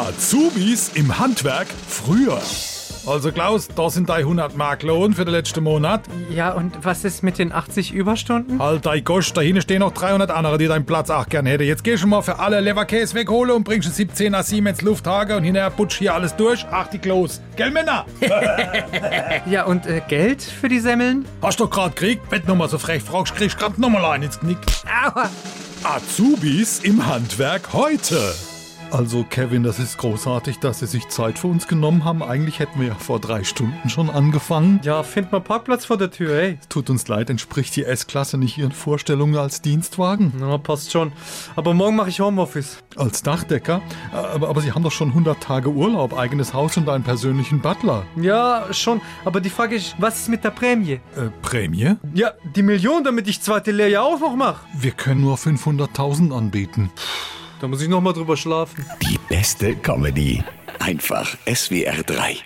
Azubis im Handwerk früher. Also Klaus, das sind deine 100 Mark Lohn für den letzten Monat. Ja, und was ist mit den 80 Überstunden? Halt dein Gosch, da hinten stehen noch 300 andere, die deinen Platz auch gern hätten. Jetzt gehst du mal für alle Leverkäse weghole und bringst den 17er Siemens Lufthager und hinterher putsch hier alles durch. Ach, die Klos. Gell, Männer? Ja, und äh, Geld für die Semmeln? Hast doch grad Krieg? Wenn du nochmal so frech fragst, kriegst grad nochmal einen ins Knick. Aua! Azubis im Handwerk heute. Also Kevin, das ist großartig, dass Sie sich Zeit für uns genommen haben. Eigentlich hätten wir ja vor drei Stunden schon angefangen. Ja, find mal Parkplatz vor der Tür, ey. Tut uns leid, entspricht die S-Klasse nicht Ihren Vorstellungen als Dienstwagen, Na, passt schon. Aber morgen mache ich Homeoffice. als Dachdecker. Aber, aber Sie haben doch schon 100 Tage Urlaub, eigenes Haus und einen persönlichen Butler. Ja, schon. Aber die Frage ist, was ist mit der Prämie? Äh, Prämie? Ja, die Million, damit ich zweite Lehrjahr auch noch mache. Wir können nur 500.000 anbieten. Da muss ich nochmal drüber schlafen. Die beste Comedy. Einfach SWR 3.